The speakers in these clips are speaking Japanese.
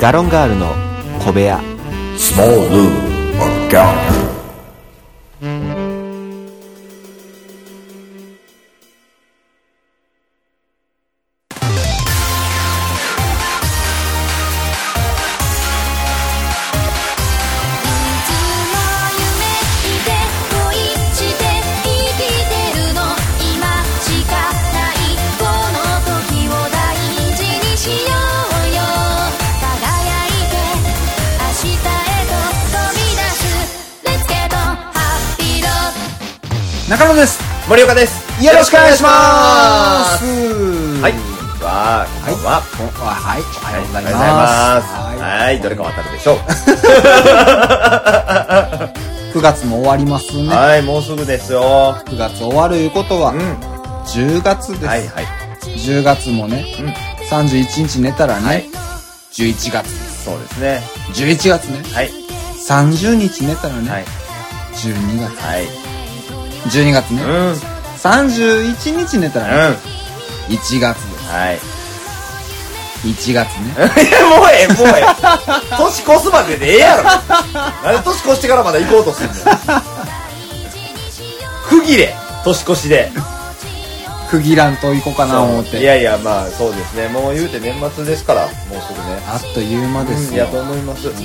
ガロンガールの小部屋 Small Lou McGallagher. いつも夢見て恋して生きてるの今しかないこの時を大事にしようよ輝いて明日へと飛び出す Let's get on happy road 中野です森岡です。よろしくお願いしますはい。わー、こんばんは。こんあはいおはようございますははいい。はい。どれか当たるでしょう。 9月も終わりますね、はい、もうすぐですよ。は9月終わるいうことは、ん10月です、い、はい。 10月もね、31日寝たらね、11月そうですね。 11月ねはい。 30日寝たらね、はい。 12月はい。 12月ね、うん。うん。 31日寝たらね、は1月でい。 す1月いねやもうええ、もう ええ。年越すまででええやろ。なんで年越してからまだ行こうとすん の区切れ。年越 しで。区切らんといこうかな思っいてやいや、まあそうですね。もう言うて年末ですから、もうすぐね。あっという間ですいよ、や、と思います。うん。月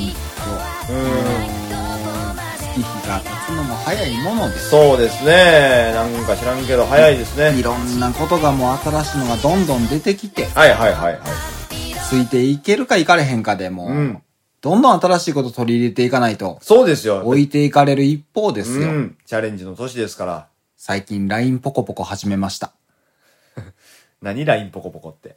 日が経つのも早いものですそうですね。なんか知らんけど、早いですいね。ろんなことがもう新しいのがどんどん出てきてはいはいはいはい。ついていけるかいかれへんかでも、うんどんどん新しいこと取り入れていかないとそうですよ。置いていかれる一方ですうよ、ん。チャレンジの年ですから。最近 LINE ポコポコ始めました何 ?LINE ポコポコって。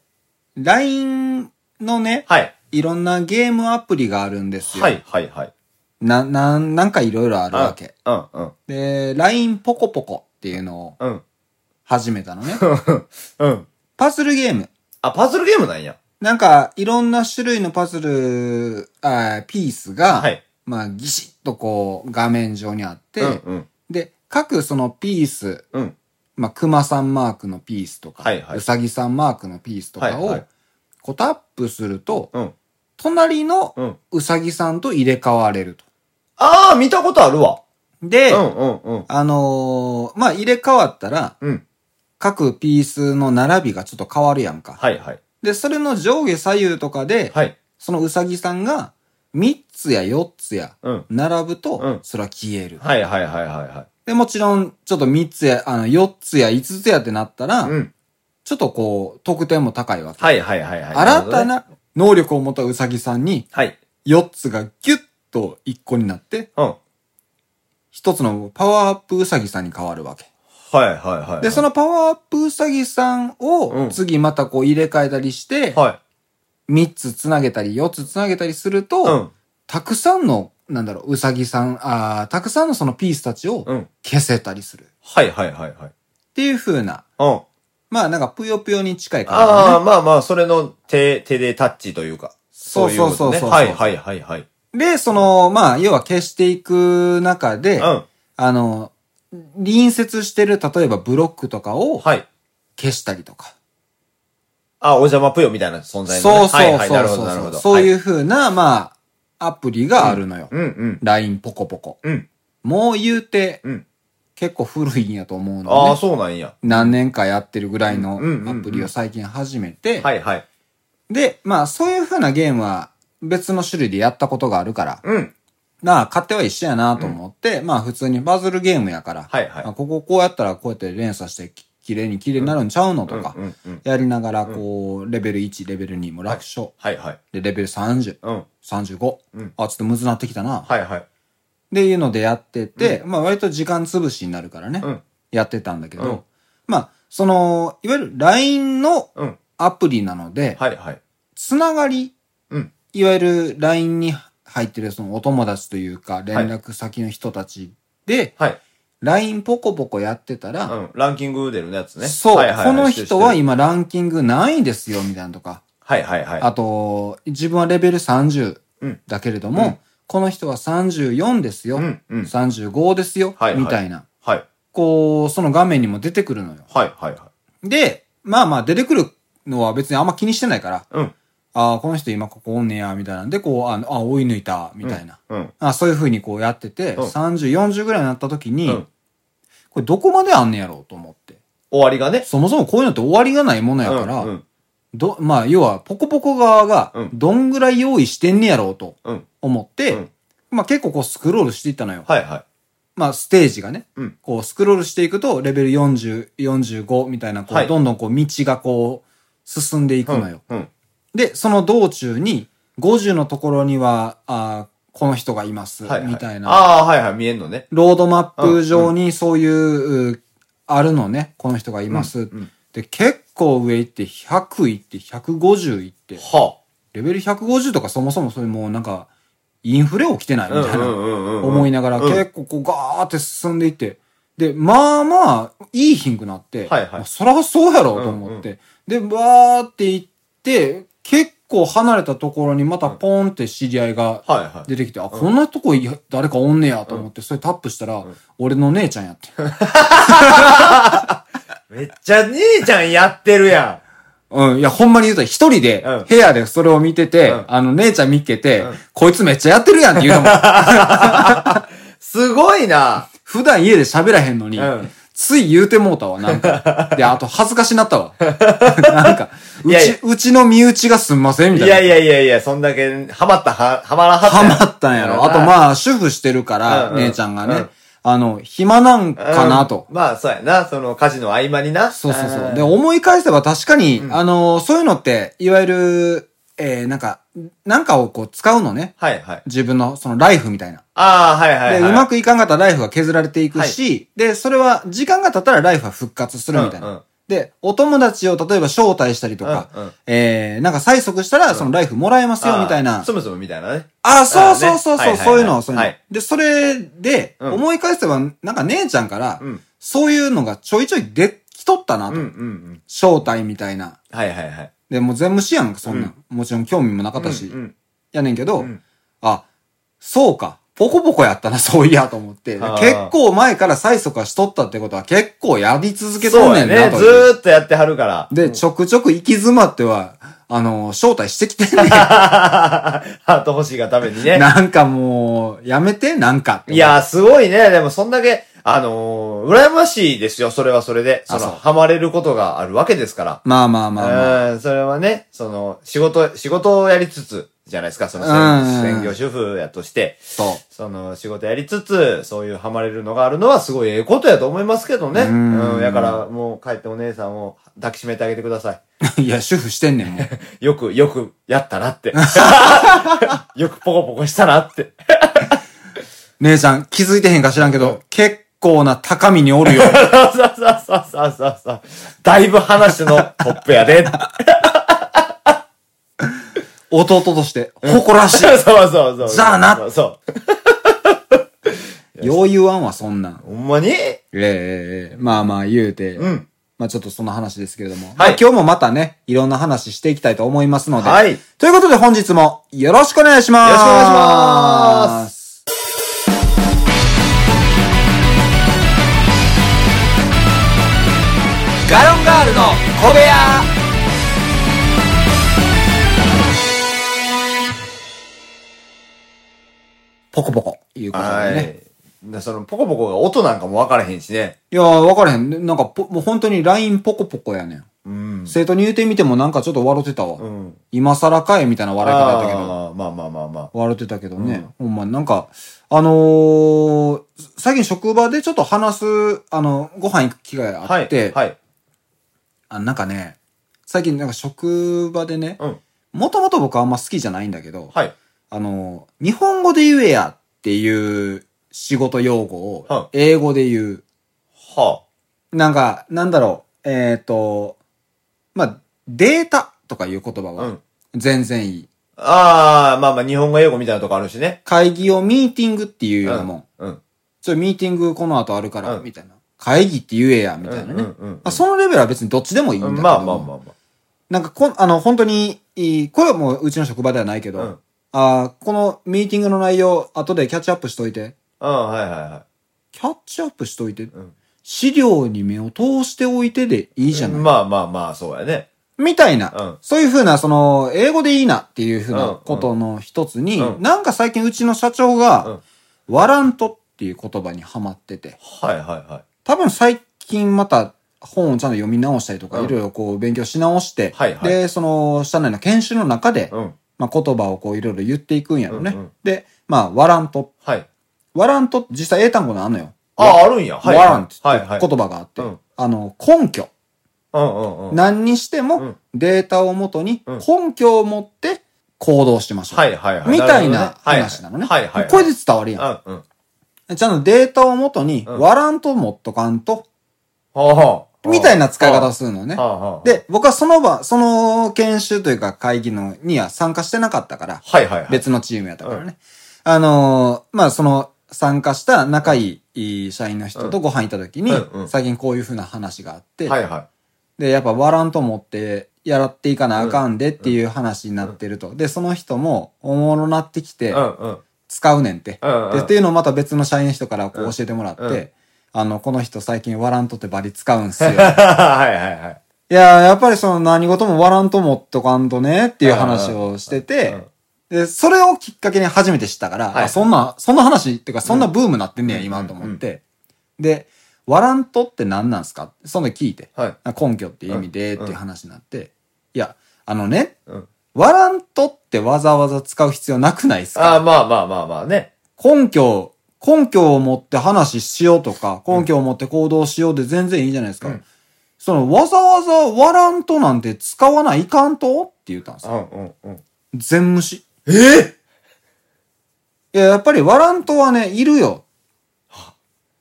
LINE のね、はい。い、ろんなゲームアプリがあるんですよ、はいはいはい。なななんかいろいろあるわけうんうんで LINE ポコポコっていうのをうん。 始めたのねうん。パズルゲームあ、パズルゲームなんや。なんか、いろんな種類のパズル、あーピースが、はいまあ、ぎしっとこう、画面上にあって、うんうん。で、各そのピース、うん。まあ、熊さんマークのピースとか、はいはいうさぎさんマークのピースとかを、はいはいこうタップすると、うん。隣のうんうさぎさんと入れ替われると。あー、見たことあるわ。で、うんうんうん。あのーまあ、入れ替わったら、うん。各ピースの並びがちょっと変わるやんか。はいはい。で、それの上下左右とかで、はい。そのうさぎさんが、3つや4つや、うん並ぶうとん、それは消える。はいはいはいはで、もちろん、ちょっと3つや、あの、4つや5つやってなったら、いはい。うん。ちょっとこう、得点も高いわけ。はいはいはいは新い。たるほどね。な能力を持ったうさぎさんに、はい。 4つがギュッと1個になって、うん。は1つのパワーアップうさぎさんに変わるわけ。いはいはいはい。で、その、のパワーアップうさぎさんうを、ん次またこう入れ替えたりして、は3つつなげたり4つつなげたりすると、うんたくさんの、なんだろう、うさぎさん、あーたくさんのそのピースたちをうん消せたりする。っい。はいはいはいはい。ていう風な、うん。まあなんかぷよぷよに近い感じ、ああ、ね。まあまあ、それの手、手でタッチというか。そうそうそうそういことねはいはいはいはい。で、その、まあ要は消していく中で、うん。あの、隣接してる例えばブロックとかをはい。消したりとか。あ、お邪魔ぷよみたいな存在のそねうそはいうはい、そなうるほどそなるほうど。。そう。そういうう風な、まあ、アプリがあるのよ。うんうん。 LINE ポコポコ。うん。もう言うて、うん結構古いんやと思うので、ああ、そうなんや。何年かやってるぐらいのうんうんうんうんアプリを最近始めて、はいはい。で、まあそういう風なゲームは別の種類でやったことがあるから、うん。まあ勝手は一緒やなと思って、まあ普通にパズルゲームやから、はいはいまあこここうやったらこうやって連鎖してき綺麗に綺麗になるんちゃうのとかうんうんうん、やりながらこう、レベル1、レベル2も楽勝。はいはい。で、レベル30、うん。 35、うんあ、ちょっとむずなってきたな。はいはい。っていうのでやってて、まあ割と時間潰しになるからね、うんやってたんだけど、うんまあ、その、いわゆる LINE のうん。アプリなので、はいはい。つながり、うん。いわゆる LINE に入ってるそのお友達というか、連絡先の人たちで、はい。 LINE ポコポコやってたら、うん。ランキング出るやつね。そう、はいはいいこの人は知ってる今ランキング何位ですよ、みたいなとか、はいはいはい。あと、自分はレベル30うんだけれども、この人は34ですよ、うんうん35ですよ、はいはいみたいな。はい。こう、その画面にも出てくるのよ。はいはいはい。で、まあまあ出てくるのは別にあんま気にしてないから、うん。ああ、この人今ここおんねや、みたいなんで、こう、ああ、追い抜いた、みたいな。うん。あそういうふうにこうやってて、うん30、40ぐらいになった時に、うんこれどこまであんねやろうと思って。終わりがね。そもそもこういうのって終わりがないものやから、うん。ど、まあ、要は、ポコポコ側がうん、どんぐらい用意してんねやろうとうん。思って、うんまあ結構こうスクロールしていったのよ。はいはい。まあ、ステージがね、うんこう、スクロールしていくと、レベル40、45みたいな、こう、はいどんどんこう、道がこう、進んでいくのよ。うん。で、その道中に、50のところには、あーこの人がいます、はいはい。みたいな。ああ、はいはい。見えんのね。ロードマップ上にそういう、うあるのね、この人がいます。んで、結構上行って、100行って、150行って、はレベル150とかそもそもそれもうなんか、インフレ起きてないあ。うみんたいな。うんうんうんうん。思いながら、うん結構こうガーって進んでいって、で、まあまあ、いいヒンクなって、はいはいまあそらそうやろうと思って、で、バーって行って、結構離れたところにまたポンって知り合いがはいはい。出てきて、あ、こんなとこい誰かおんねやと思って、それタップしたら、俺の姉ちゃんやって。めっちゃ姉ちゃんやってるやうん、いや、ほんまに言うと、一人でうん、部屋でそれを見てて、うんあの、姉ちゃん見っけて、んこいつめっちゃやってるやんって言うのもん、ん。すごい な。普段家で喋らへんのに、うんつい言うてもうたわ、なん か。で、あと恥ずかしなったわ。なんか、うち、いやいやうちの身内がすんません、みいたいな。やいやいやいや、そんだけ、ハマった、は、ハマらはったハやん。マったんやろ。あと、あ、まあ、主婦してるから、うんうん姉ちゃんがね、うんあの、暇なんかなと。うんまあ、そうやな。その、家事の合間にな。そうそうそう。で、で、思い返せば確かに、あの、そういうのって、いわゆる、えー、なんか、なんかをこう使うのね。はいはい。自分の、その、ライフみたいな。ああ、はいはいはで、い。うまくいかんかったらライフが削られていくし、で、それは時間が経ったらライフは復活するみたいな。うんうんで、お友達を例えば招待したりとか、うんうんえー、なんか催促したらそのライフもらえますよみたいあな。ーそもそもみたいなね。ああ、そうそうそうあーそう、ねそういうの、はいはいはいそういうの。はいで、それで、うん思い返せば、なんか姉ちゃんから、うんそういうのがちょいちょいできとったなうと。んうんうん。招待みたいな。はいはいはい。で、もう全無視やんか、そんなん。もちろん興味もなかったし。うんうんやねんけど、んあ、そうか、ポコポコやったな、 そういや、と思って。あー結構前から催促はしとったってことは結構やり続けそとんうねやんねな、。とずいう。ーっとやってはるから。で、ちょくちょく行き詰まっては、あの、招待してきてんねハート欲しいがために ねん。。なんかもう、やめて、なんかって。いやー、すごいね。でも、そんだけ、あのー、羨ましいですよ。それはそれで。そあの、そうハマれることがあるわけですから。まあまあまあまあ。うん、それはね、その、仕事、仕事をやりつつ、じゃないですか、その、うん専業主婦やとして、そその、仕事やりつつ、そういうハマれるのがあるのは、すごいええことやと思いますけどね。んうん、だから、もう帰ってお姉さんを抱きしめてあげてください。う。 いや、主婦してんねん、もう。よく、よく、やった なって。 よくポコポコしたなって。姉さん、気づいてへんか知らんけど、結構な高みにおる よ。そうそうそうそうそうそう。だいぶ話のトップやで。弟として、誇らし そうそうそう。じゃあなそう。い。よう言わんわ、そんなん。ほんまにええええええまあまあ言うて、んまあちょっとその話ですけれども、はいまあ今日もまたね、いろんな話していきたいと思いますので、はいということで本日もよろしくお願いします。。よろしくお願いしますガロンガールの小部屋ポコポコ、いうことでね。はい。でその、ポコポコが音なんかも分からへんしね。いやー、わからへん。なんかポ、もう本当に LINE ポコポコやねん。うん。生徒に言うてみてもなんかちょっと笑ってたわ。うん。今更かいみたいな笑い方やったけど。あーまあまあまあま笑ってたけどね。ほんまになんか、あのー、最近職場でちょっと話す、あの、ご飯行く機会あ。がはあっい。て、はい。あなんかね、最近なんか職場でね、うん。もともと僕はあんま好きじゃないんだけど、はい。あのー、日本語で言えやっていう仕事用語をは、英語で言う。はなんか、なんだろう、えっ、と、まあ、データとかいう言葉あ。うはん。全然いい。ああ、まあまあ、日本語英語みたいなとこあるしね。会議をミーティングっていうう。ようなんもん。うん。ちょ、ミーティングこの後あるから、うんみたいな。会議って言えや、みたいなうんうねんうんうん。まあそのレベルは別にどっちでもいいんだけど。まあまあまあまなんかこん、あの、本当に、いいこれはもううちの職場ではないけど、うんあーこのミーティングの内容、後でキャッチアップしといて。あ。うん、はいはいはい。キャッチアップしといて。ん資料に目を通しておいてでいいじゃない、まあまあまあ、そうやね。みたいな、うんそういうふうな、その、英語でいいなっていうふううんうんなことの一つに、うんなんか最近うちの社長が、ワラントっていう言葉にはまってて、はいはいはい。多分最近また本をちゃんと読み直したりとか、うんいろいろこう勉強し直して、はいはいで、その、社内の研修の中で、うん。まあ言葉をこういろいろ言っていくんやろね。うんうんで、まあ、ワラント。はい。ワラントって実際英単語なのよ。あ、あるんや。はい。ワラントはいっはい。て言葉があって、うんあの、根拠。うんうんうん。何にしてうもんデータをもとにうん根拠を持って行動しましょう。はいはいはい。みたいるなほどね話なのね。はいはいはい。これで伝わるやうんうん。ん。ちゃんとデータをもとにうん割らんと持っとかんと、はあ。みたいな使い方をするのねは。あはあ。、で、僕はその場、その研修というか会議のには参加してなかったから、はいはいはい。別のチームやったからね。あのーまあ、その、参加した仲いい社員の人とご飯行った時にうんうんう、ん最近こういう風な話があって、はいはで、やっぱ割らんと思って、やらっていかなあかんでっていう話になってると。で、その人も、おもろなってきい。てう、んうん。使うねんて。うんうんでっていうのをまた別の社員の人からこうんう教えてもらって、うんあの、この人最近割らんとってバリ使うんすよ。いはいはいはい。やー、やっぱりその何事も割らんと思っとかんとねっていう話をしてうんうんて、で、それをきっかけに初めて知ったから、はいあそんな、そんな話っていうか、そんなブームなってんねや、今と思って。で、割らんとって何なんすかその聞いて。はい。根拠っていう意味でっていう話になって、いや、あのね、うん。割らんとってわざわざ使う必要なくないですあかあ、まあまあまあまあね。根拠、根拠を持って話しようとか、根拠を持って行動しようで全然いいじゃないですか。うんその、わざわざ割らんとなんて使わないかんとって言ったんですうよ。んうんうん。全無視。えいえや、やっぱり割らんとはね、いるよ。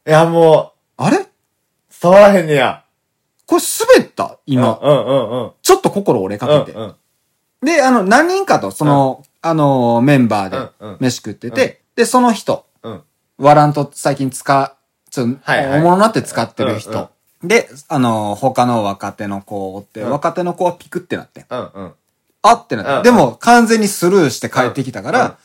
いや、もあれう、伝わらへんねや。これ滑った今。うんうんうん。ちょっと心折れうんうかけて。ん。で、あの、何人かと、その、あの、メンバーうんうんで飯食ってて、で、その人、うん。ワラント最近使、ちょっと、はいはいおもろなって使ってるうんうん人。で、あの、他の若手の子を追って、うん若手の子はピクってなって、うんうん。あってなうんうっんて、でも完全にスルーして帰ってきたかうんら、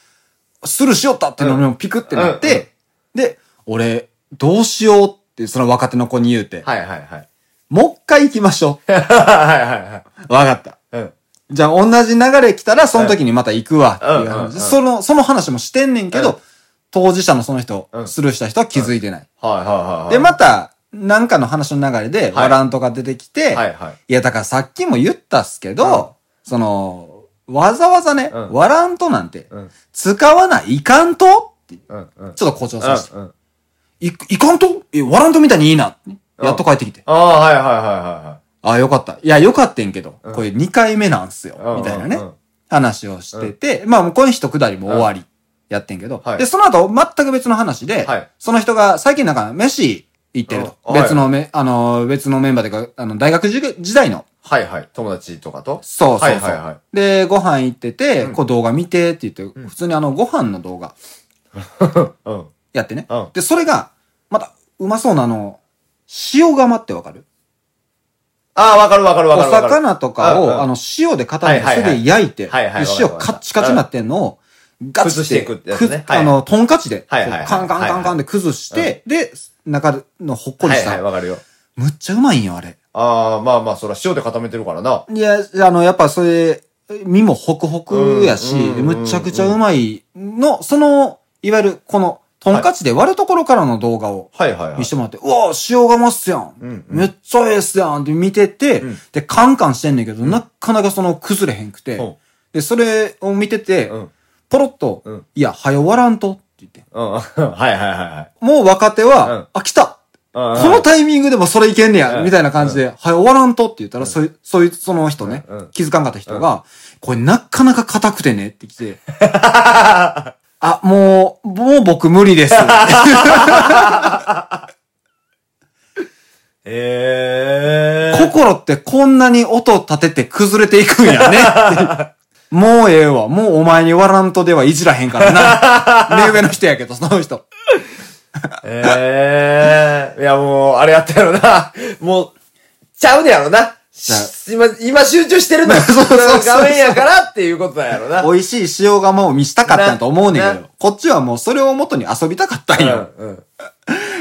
スルーしよったっていうのにもピクってなっうんうんて、で、俺、どうしようって、その若手の子に言うて、はい はいはい。もう一回行きましょはいはいはう。わかった。い。うん。じゃあ同じ流れ来たら、その時にまた行くわっていううんうんうん話。その、その話もしてんねんけうんど、当事者のその人う、んスルーした人は気づいてない。はいはいはいはい。で、また、なんかの話の流れで、はいワラントが出てきて、はいはいいや、だからさっきも言ったっすけうんど、その、わざわざね、うんワラントなんてうん、使わないかんとってうんうん。ちょっと誇張とさせて。うんうん。い、いかんとえ、ワラントみたいにいいな。やっと帰ってきて。ああ、はいはいはいはい。ああ、よかった。いや、よかったんけど、うんこれ2回目なんすようんうんう。んみたいなね。話をしてて、まあもうこの一くだりも終わりやってんけど、はいで、その後全く別の話で、はいその人が最近なんか飯行ってるうと。んはい別のめ、あのー、別のメンバーというか、あの、大学時時代の。はいはい。友達とかとそうそうそう。はいはいはい。で、ご飯行ってて、うんこう動画見てって言って、普通にあの、ご飯の動画うん。やってね。うんで、それが、また、うまそうなあの、塩釜ってわかるああ、わかるわかるわおかるわかる。魚とかうんうんを、あの、塩で固めて、はいそはいはいれで焼いて、ではいはいわかりま塩したカッチカチになってんのを、ガチ崩していくってやつねはいあの、トンカチで、こはういはいはいカンカンカンカンで崩して、で、中のほっこりはいしはい、た。わかるよ。むっちゃうまいんよ、あれ。ああ、まあまあ、そら塩で固めてるからな。いや、あの、やっぱそれ、身もホクホクやし、うんうんうんうんむちゃくちゃうまいの、その、いわゆる、この、トンカチで割るところからの動画をはいはいはい見せ。てもらって、うわぁ、塩釜っすやん,、うんうんめっちゃええっすやんって見てて、うんで、カンカンしてんねんけど、なかなかその崩れへんくて、うんで、それを見てて、うんポロッと、うんいや、早わらんとって言って、うん。 はいはいはいはい。もう若手は、うんあ、来たここのタイミングでもそれいけんねや、うんみたいな感じで、はい、終わらんとって言ったら、そういう、そういう、その人ね、うんうん気づかんかった人が、これなかなか硬くてねって来 て、あ、もう、もう僕無理です。ええ。心ってこんなに音を立てて崩れていくんやねっ て。もうええわ。もうお前に笑わらんとではいじらへんから な。目上の人やけど、その人。ええいや、もう、あれやったやろな。 もう、ちゃうねやろな。し今、今集中してるのよ。 そうそうそう画面やからっていうことなんやろな。美味しい塩釜を見したかったんと思うねんけなど、こっちはもうそれを元に遊びたかったんや。うんうん。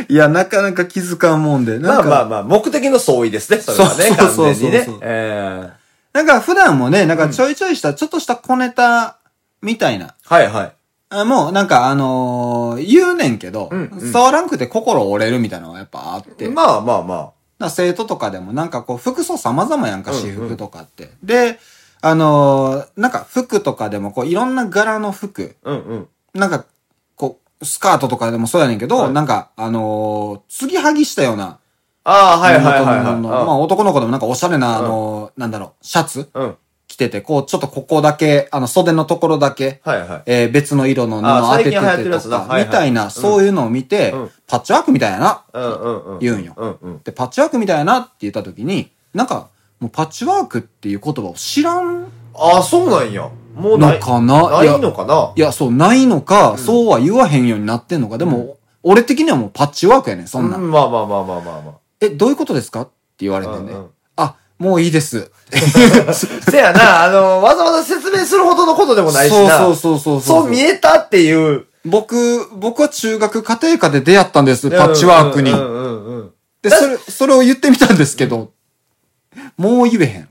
いや、なかなか気づかんもんで、まなあんか、まあまあ、目的の相違ですね、それはね、そうそうそう完全にねそうそうそう。えなんか普段もね、なんかちょいちょいした、ちょっとした小ネタみたいな。はいはい。あもうなんかあのー言うねんけど、うんうん伝わらんくて心折れるみたいなのがやっぱあって。まあまあまな生徒とかでもなんかこう服装様々やんか、うんうん私服とかって。で、あのーなんか服とかでもこういろんな柄の服、あ。うんうん。なんかこう、スカートとかでもそうやねんけど、はいなんかあのー継ぎはぎしたような、ああ、はいはいはい布と布のまあは男の子でもなんかおしゃれな、あうんのーなんだろう、シャツい。うん。着てて、こうちょっとここだけ、あの袖のところだけ、はいはい。えー別の色の布を当ててあ最近流行ってるてやとつだか、はいはいみたいな、そういうのを見て、うんパッチワークみたいやな、うんうんうん。言うんよ。うんうん。で、パッチワークみたいやなって言った時に、なんか、もうパッチワークっていう言葉を知らんああ、そうなんや。もうなのい。かなないいやのかないや、そう、ないのか、そうは言わへんようになってんのか。でも、俺的にはもうパッチワークやねん、そんな。うんまあまあまあまあまあまえ、どういうことですかって言われてね。うんうんあ、もういい です。あ。せやな、あの、わざわざ説明するほどのことでもないしそうな。そうそうそうそう見えたっていう。僕、僕は中学家庭科で出会ったんです、パッチワークに。うんうんうんうん。で、それ、それを言ってみたんですけど、もう言えへん。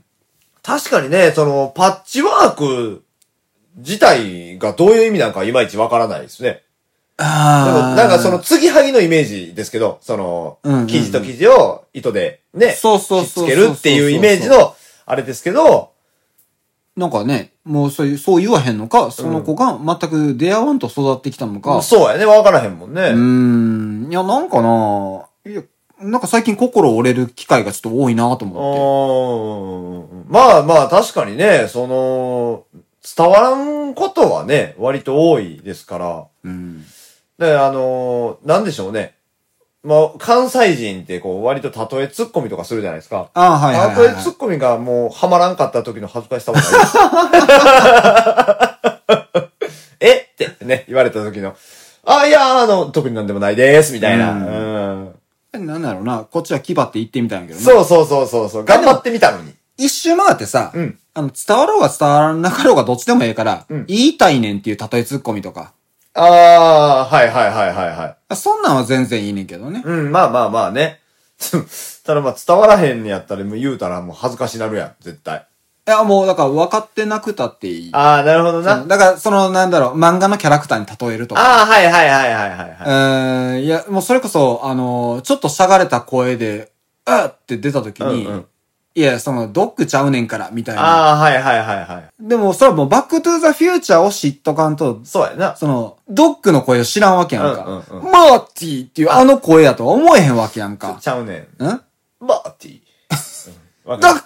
確かにね、その、パッチワーク自体がどういう意味なのかいまいちわからないですね。でもああ。なんかその、、継ぎはぎのイメージですけど、そのうんうんう、ん生地と生地を糸でね、そうそうつそうそうそう。けるっていうイメージの、あれですけど、なんかね、もうそういう、そう言わへんのか、その子が全く出会わんと育ってきたのか。うそうやね、わからへんもんーね。ん。いや、なんかないや、なんか最近心折れる機会がちょっと多いなとう思っーんまあまあ、確かにね、その、伝わらんことはね、割と多いですから。て。うん。で、あのーなんでしょうね。まあ、関西人ってこう、割と例えツッコミとかするじゃないですか。ああ、はいはいはい、例えツッコミがもう、はまらんかった時の恥ずかしさもない。 えってね、言われた時の。あ、いや、あの、特になんでもないです、みたいな。ううん。なんだろうな、こっちは牙って言ってみたんやけどなそうそうそうそうそう。頑張ってみたのに。一周回ってさ、うんあの、伝わろうが伝わらなかろうがどっちでもええから、うん言いたいねんっていう例えツッコミとか。ああー、はいはいはいはいはい。そんなんは全然いいねんけどね。うん、まあまあまあね。 ただまあ伝わらへんにやったらもう言うたらもう恥ずかしなるやん、絶対。いや、もうだから分かってなくたっていい。ああ、なるほどそのだから、その、なんだろう、漫画のキャラクターに例えるとか。ああ、はいはいはいはいはいはい。えーいや、もうそれこそ、あのーちょっとしゃがれた声で、あっって出た時に、うんうんいや、その、ドッグちゃうねんから、みたいな。ああ、はいはいはいはい。でも、それはもう、バックトゥーザフューチャーを知っとかんと、そうやな。その、ドッグの声を知らんわけやんか。うんうんうマーティーっていうあの声やとは思えへんわけやんか。ちゃうねん。んドッバーティー。うんわかる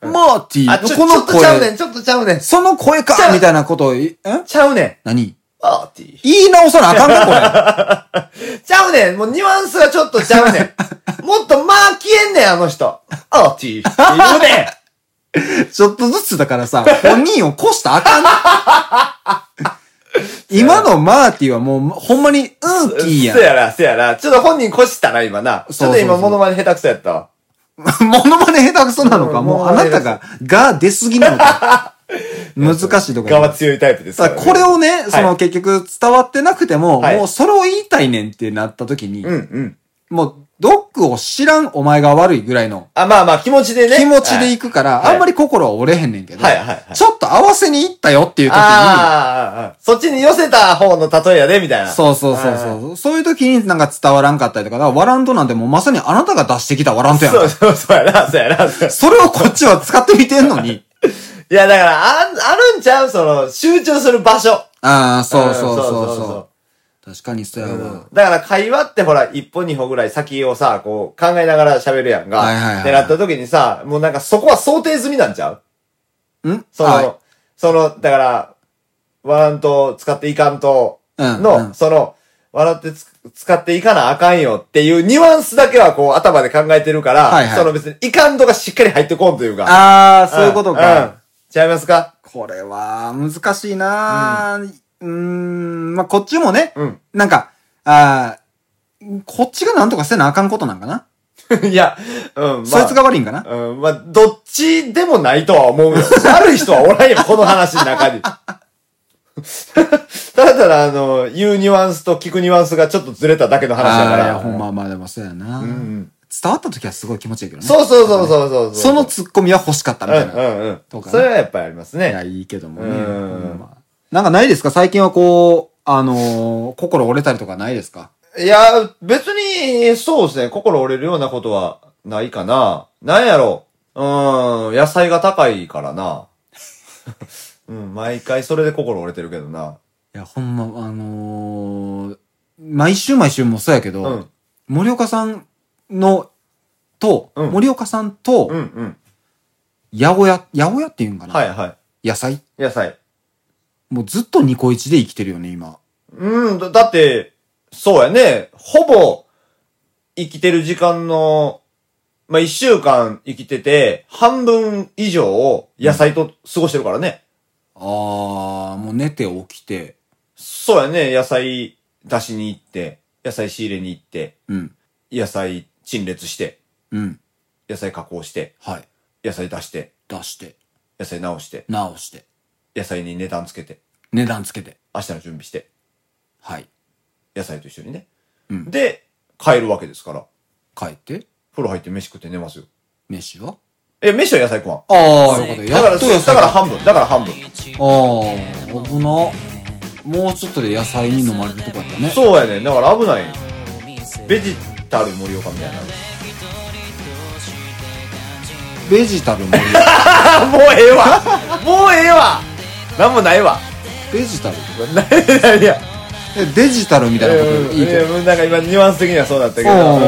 グマーティあ、ーちょ、こちょのっとちゃうね声、ん、ちょっとちゃうねん。その声ちゃかうみたいなことをい、んちゃうねん。何バーティ言い直さなあかんか、これ。ー。ちゃうねん。もうニュアンスがちょっとちゃうね ん。もっとまあ消えんねん、あの人。バーティー。言うね ん。ちょっとずつだからさ、本人を越したらあかんね。 今のマーティはもう、ほんまに、うん、ティーやせやな、せやな。ちょっと本人こしたな、今な。ちょそっうそうそうと今モノマネ下手くそやったわ。ん。モノマネ下手くそなのか、 うんもうあなたが、が出すぎなのか。 難しいとこ側ろ。強いタイプですかさら、ね。これをね、そはの結局伝わってなくても、はいもうそれを言いたいねんってなった時に、うんうん。もうドックを知らんお前が悪いぐらいのあ、まあまあ気持ちでね。気持ちでいく。くから、はいあんまり心は折れへんねんけど、はいはいはいちょっと合わせに行ったよっていう時に、あーあーあーあー、そっちに寄せた方の例えやで、みたいな。そうそうそうあそう。そういう時になんか伝わらんかったりとか、だからワランドなんてもうまさにあなたが出してきたワランドやんそうか。そう、そうやな、そうやな。そうやそれをこっちは使ってみてんの に。いや、だから、あ、あるんちゃうその、集中する場所。ああ、そうそううんそうそう。確かにそうやわ。だから、会話ってほら、一歩二歩ぐらい先をさ、こう、考えながら喋るやんが。はいはいはいってなった時にさ、もうなんかそこは想定済みなんちゃうんその、はいその、だから、笑うと使っていかんと、うんの、うんその、笑ってつ使っていかなあかんよっていうニュアンスだけはこう頭で考えてるから、はいはいその別にいかんとがしっかり入ってこんというか。ああ、そういうことうんか。。ちゃいますかこれは難しいなーうーん、まあ、こっちもね、うん なんか、あーこっちがなんとかせなあかんことなんかな。いや、うん、そいつが悪いんかな。うん、まあ、どっちでもないとは思うよ。 悪い人はおらんよ、この話の中に。 ただただ、あの、言うニュアンスと聞くニュアンスがちょっとずれただけの話だかああー、いやら。ほんままあでもそうやな、うん伝わった時はすごい気持ちいいけどね。そうそうそうそうそう。そのツッコミは欲しかったみたいな。うんうんうとん。かねそれはやっぱりありますいや、ね。いいけどもね。うんうんまあなんかないですか最近はこう、あのー心折れたりとかないですかいや、別に、そうですね。心折れるようなことはないかな。なんやろう。うーん、野菜が高いからな。 うん、毎回それで心折れてるけどな。いや、ほんま、あのー毎週毎週もそうやけど、うん森岡さんの、と、うん森岡さんと、うんうん。八百屋、八百屋っていうんかな、はいは野菜い。野菜。もうずっとニコイチで生きてるよね、今。うん、だだって、そうやね。ほぼ、生きてる時間の、まあ、一週間生きてて、半分以上を野菜と過ごしてるからね。あー、もう寝て起きて、そうやね。野菜出しに行って、野菜仕入れに行って、うん、野菜陳列して、うん、野菜加工して、はい。野菜出して、出して、野菜直して、直して、野菜に値段つけて、値段つけて、明日の準備して、はい。野菜と一緒にね。うんで、帰るわけですから。帰って、風呂入って飯食って寝ますよ。飯はえ、飯は野菜食わん。ああ、よかった。だかやら、っと野だ菜からが。あ半分、だから半分。あ、危な。もうちょっとで野菜に飲まれるとこやったね。そうやね。だから危ない。ベジタル森岡みたいな。 ベジタル も、あ、もうええわもうええわなんもないわ。 ベジタルないないいや。えデジタルみたいなこといいいけや、ど。もうなんか今ニュアンス的にはそうだったけど。うんうんうん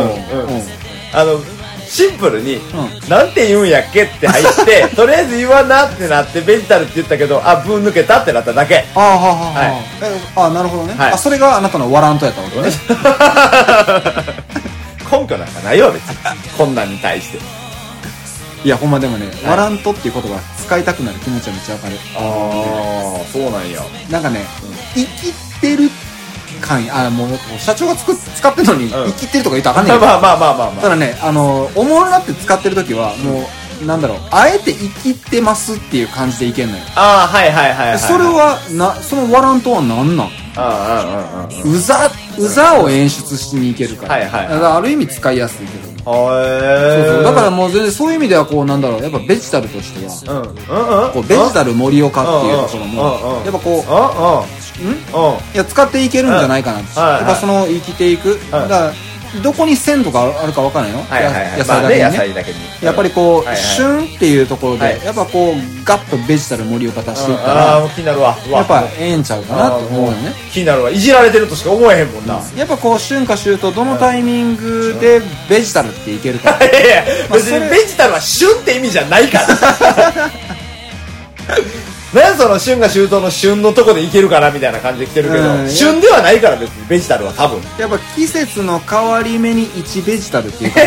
あの、シンプルに、うなんて言うんやっけって入 って、とりあえず言わなってなって、ベジタルって言ったけど、あ、分抜けたってなっただけ。ああ、はあ、はあ。えああ、なるほどね。はいあ、それがあなたのワラントやったわけね。根拠なんかないわ、別に。こんなんに対して。 いや、ほんまでもね、ワラントっていう言葉使いたくなる気持ちはめっちゃわかる。ああ、そうなんや。なんかね、生きてる感、あ、もう社長がつく使ってるのに、うん生きてるとか言うとあかんねまんあけどまあまあまあまあまあた。だね、あの、おもろなって使ってる時は、もう、なんだろう、あえて生きてますっていう感じでいけんのよ。ああ、はいはいはい、はい。それは、な、そのワラントは何なんああ、うんうんうんうん。うざ、うざを演出しにいけるから。はいはいだからある意味使いやすいけど。そうそう。だからもう全然そういう意味ではこう、なんだろう、やっぱベジタルとしては、うんうんうんこう、ベジタル森岡っていうところうんうんもう、んやっぱこう、うんうんうんいや、使っていけるんじゃないかなって。はいはいやっぱその生きていく。だから、どこに線とかあるかわからないよ。はいはいはい野ま菜あだねけ野にね。菜だけにやっぱりこはう、いはい旬っていうところはいで、やっぱこう、ガッとベジタル森岡足していったああら、ーもう気になるわうわやっぱええんちゃうかなって思うよね。気になるわいじられてるとしか思えへんもんな、やっぱこう、春夏秋冬、どのタイミングでベジタルっていけるか。いやいやまあ別それにベジタルは旬って意味じゃないから何やその旬が秋冬の旬のとこでいけるかなみたいな感じで来てるけうどん旬ではないから別にベジタルは多分やっぱ季節の変わり目に1ベジタルっていうか、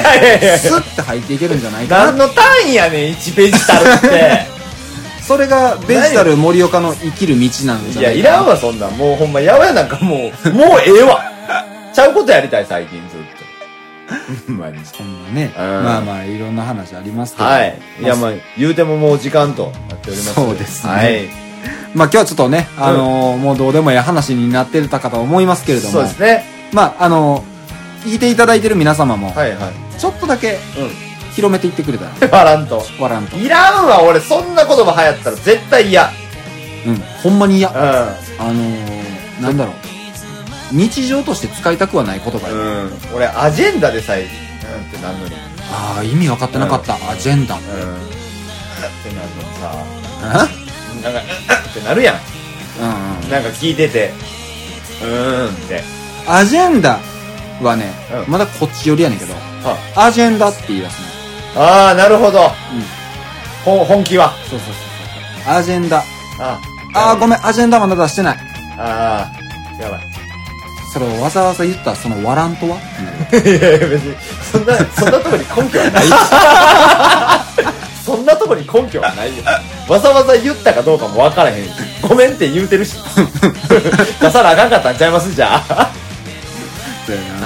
スッて入っていけるんじゃないか何な。の単位やねん1ベジタルってそれがベジタル森岡の生きる道なんじいゃな や、いいかな。らんわ、そんなん。もうほんま、やわやなんかもう、 もうええわ。ちゃうことやりたい、最近ずっと。ほんまに。ほんまね。うんまあまあ、いろんな話ありますけど。はい。いや、まあまあ、言うてももう時間となっております。そうですねはい。まあ今日はちょっとね、あのー、もうどうでもいい話になってたかと思いますけれども。そうですね。まあ、あの、聞いていただいてる皆様も、はいはい。ちょっとだけう広めていってくれたら、ん。 バランと。わらんと。いらんわ、俺、そんな言葉流行ったら絶対嫌。うん、ほんまにう嫌。ん。あのー、なんだろう。日常として使いたくはない言葉や。うん。俺、アジェンダでさえ、うんってなんのに。ああ、意味分かってなかった。アジェンダ。うん。ってなるのさ、あなんか、ってなるやん。うんうんなんか聞いてて、うーんって。アジェンダはね、うんまだこっち寄りやねんけど、はアジェンダって言い出すね。ああ、なるほど。ほん、本気は。そうそうそうそう。アジェンダ。ああーごめん、アジェンダまだ出してない。ああ、やばい。それをわざわざ言ったそのワラントはっていういやいや、別に、そんな、そんなとこに根拠はない。そんなとこに根拠はないよ。わざわざ言ったかどうかもわからへんし。ごめんって言うてるし。出さなあかんかったんちゃいますじゃあ。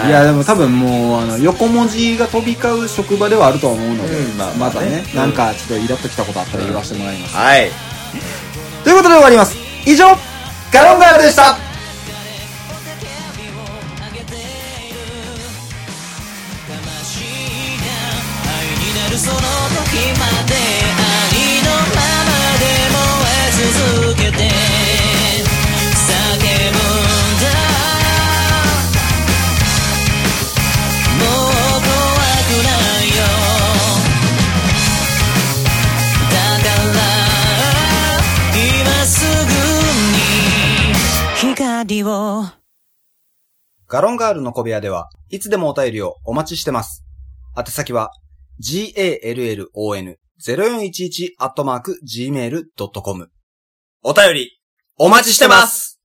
いやでも多分もうあの横文字が飛び交う職場ではあるとは思うので、うんまあまたね、うんなんかちょっとイラっときたことあったら言わせてもらいます、はい。ということで終わります以上ガロンガールでした「魂が震えてる」その時まで愛のままで燃え続けて叫ぶんだもう怖くないよだから今すぐに光をガロンガールの小部屋では、いつでもお便りをお待ちしてます。宛先は、gallon0411-gmail.com。お便り、お待ちしてます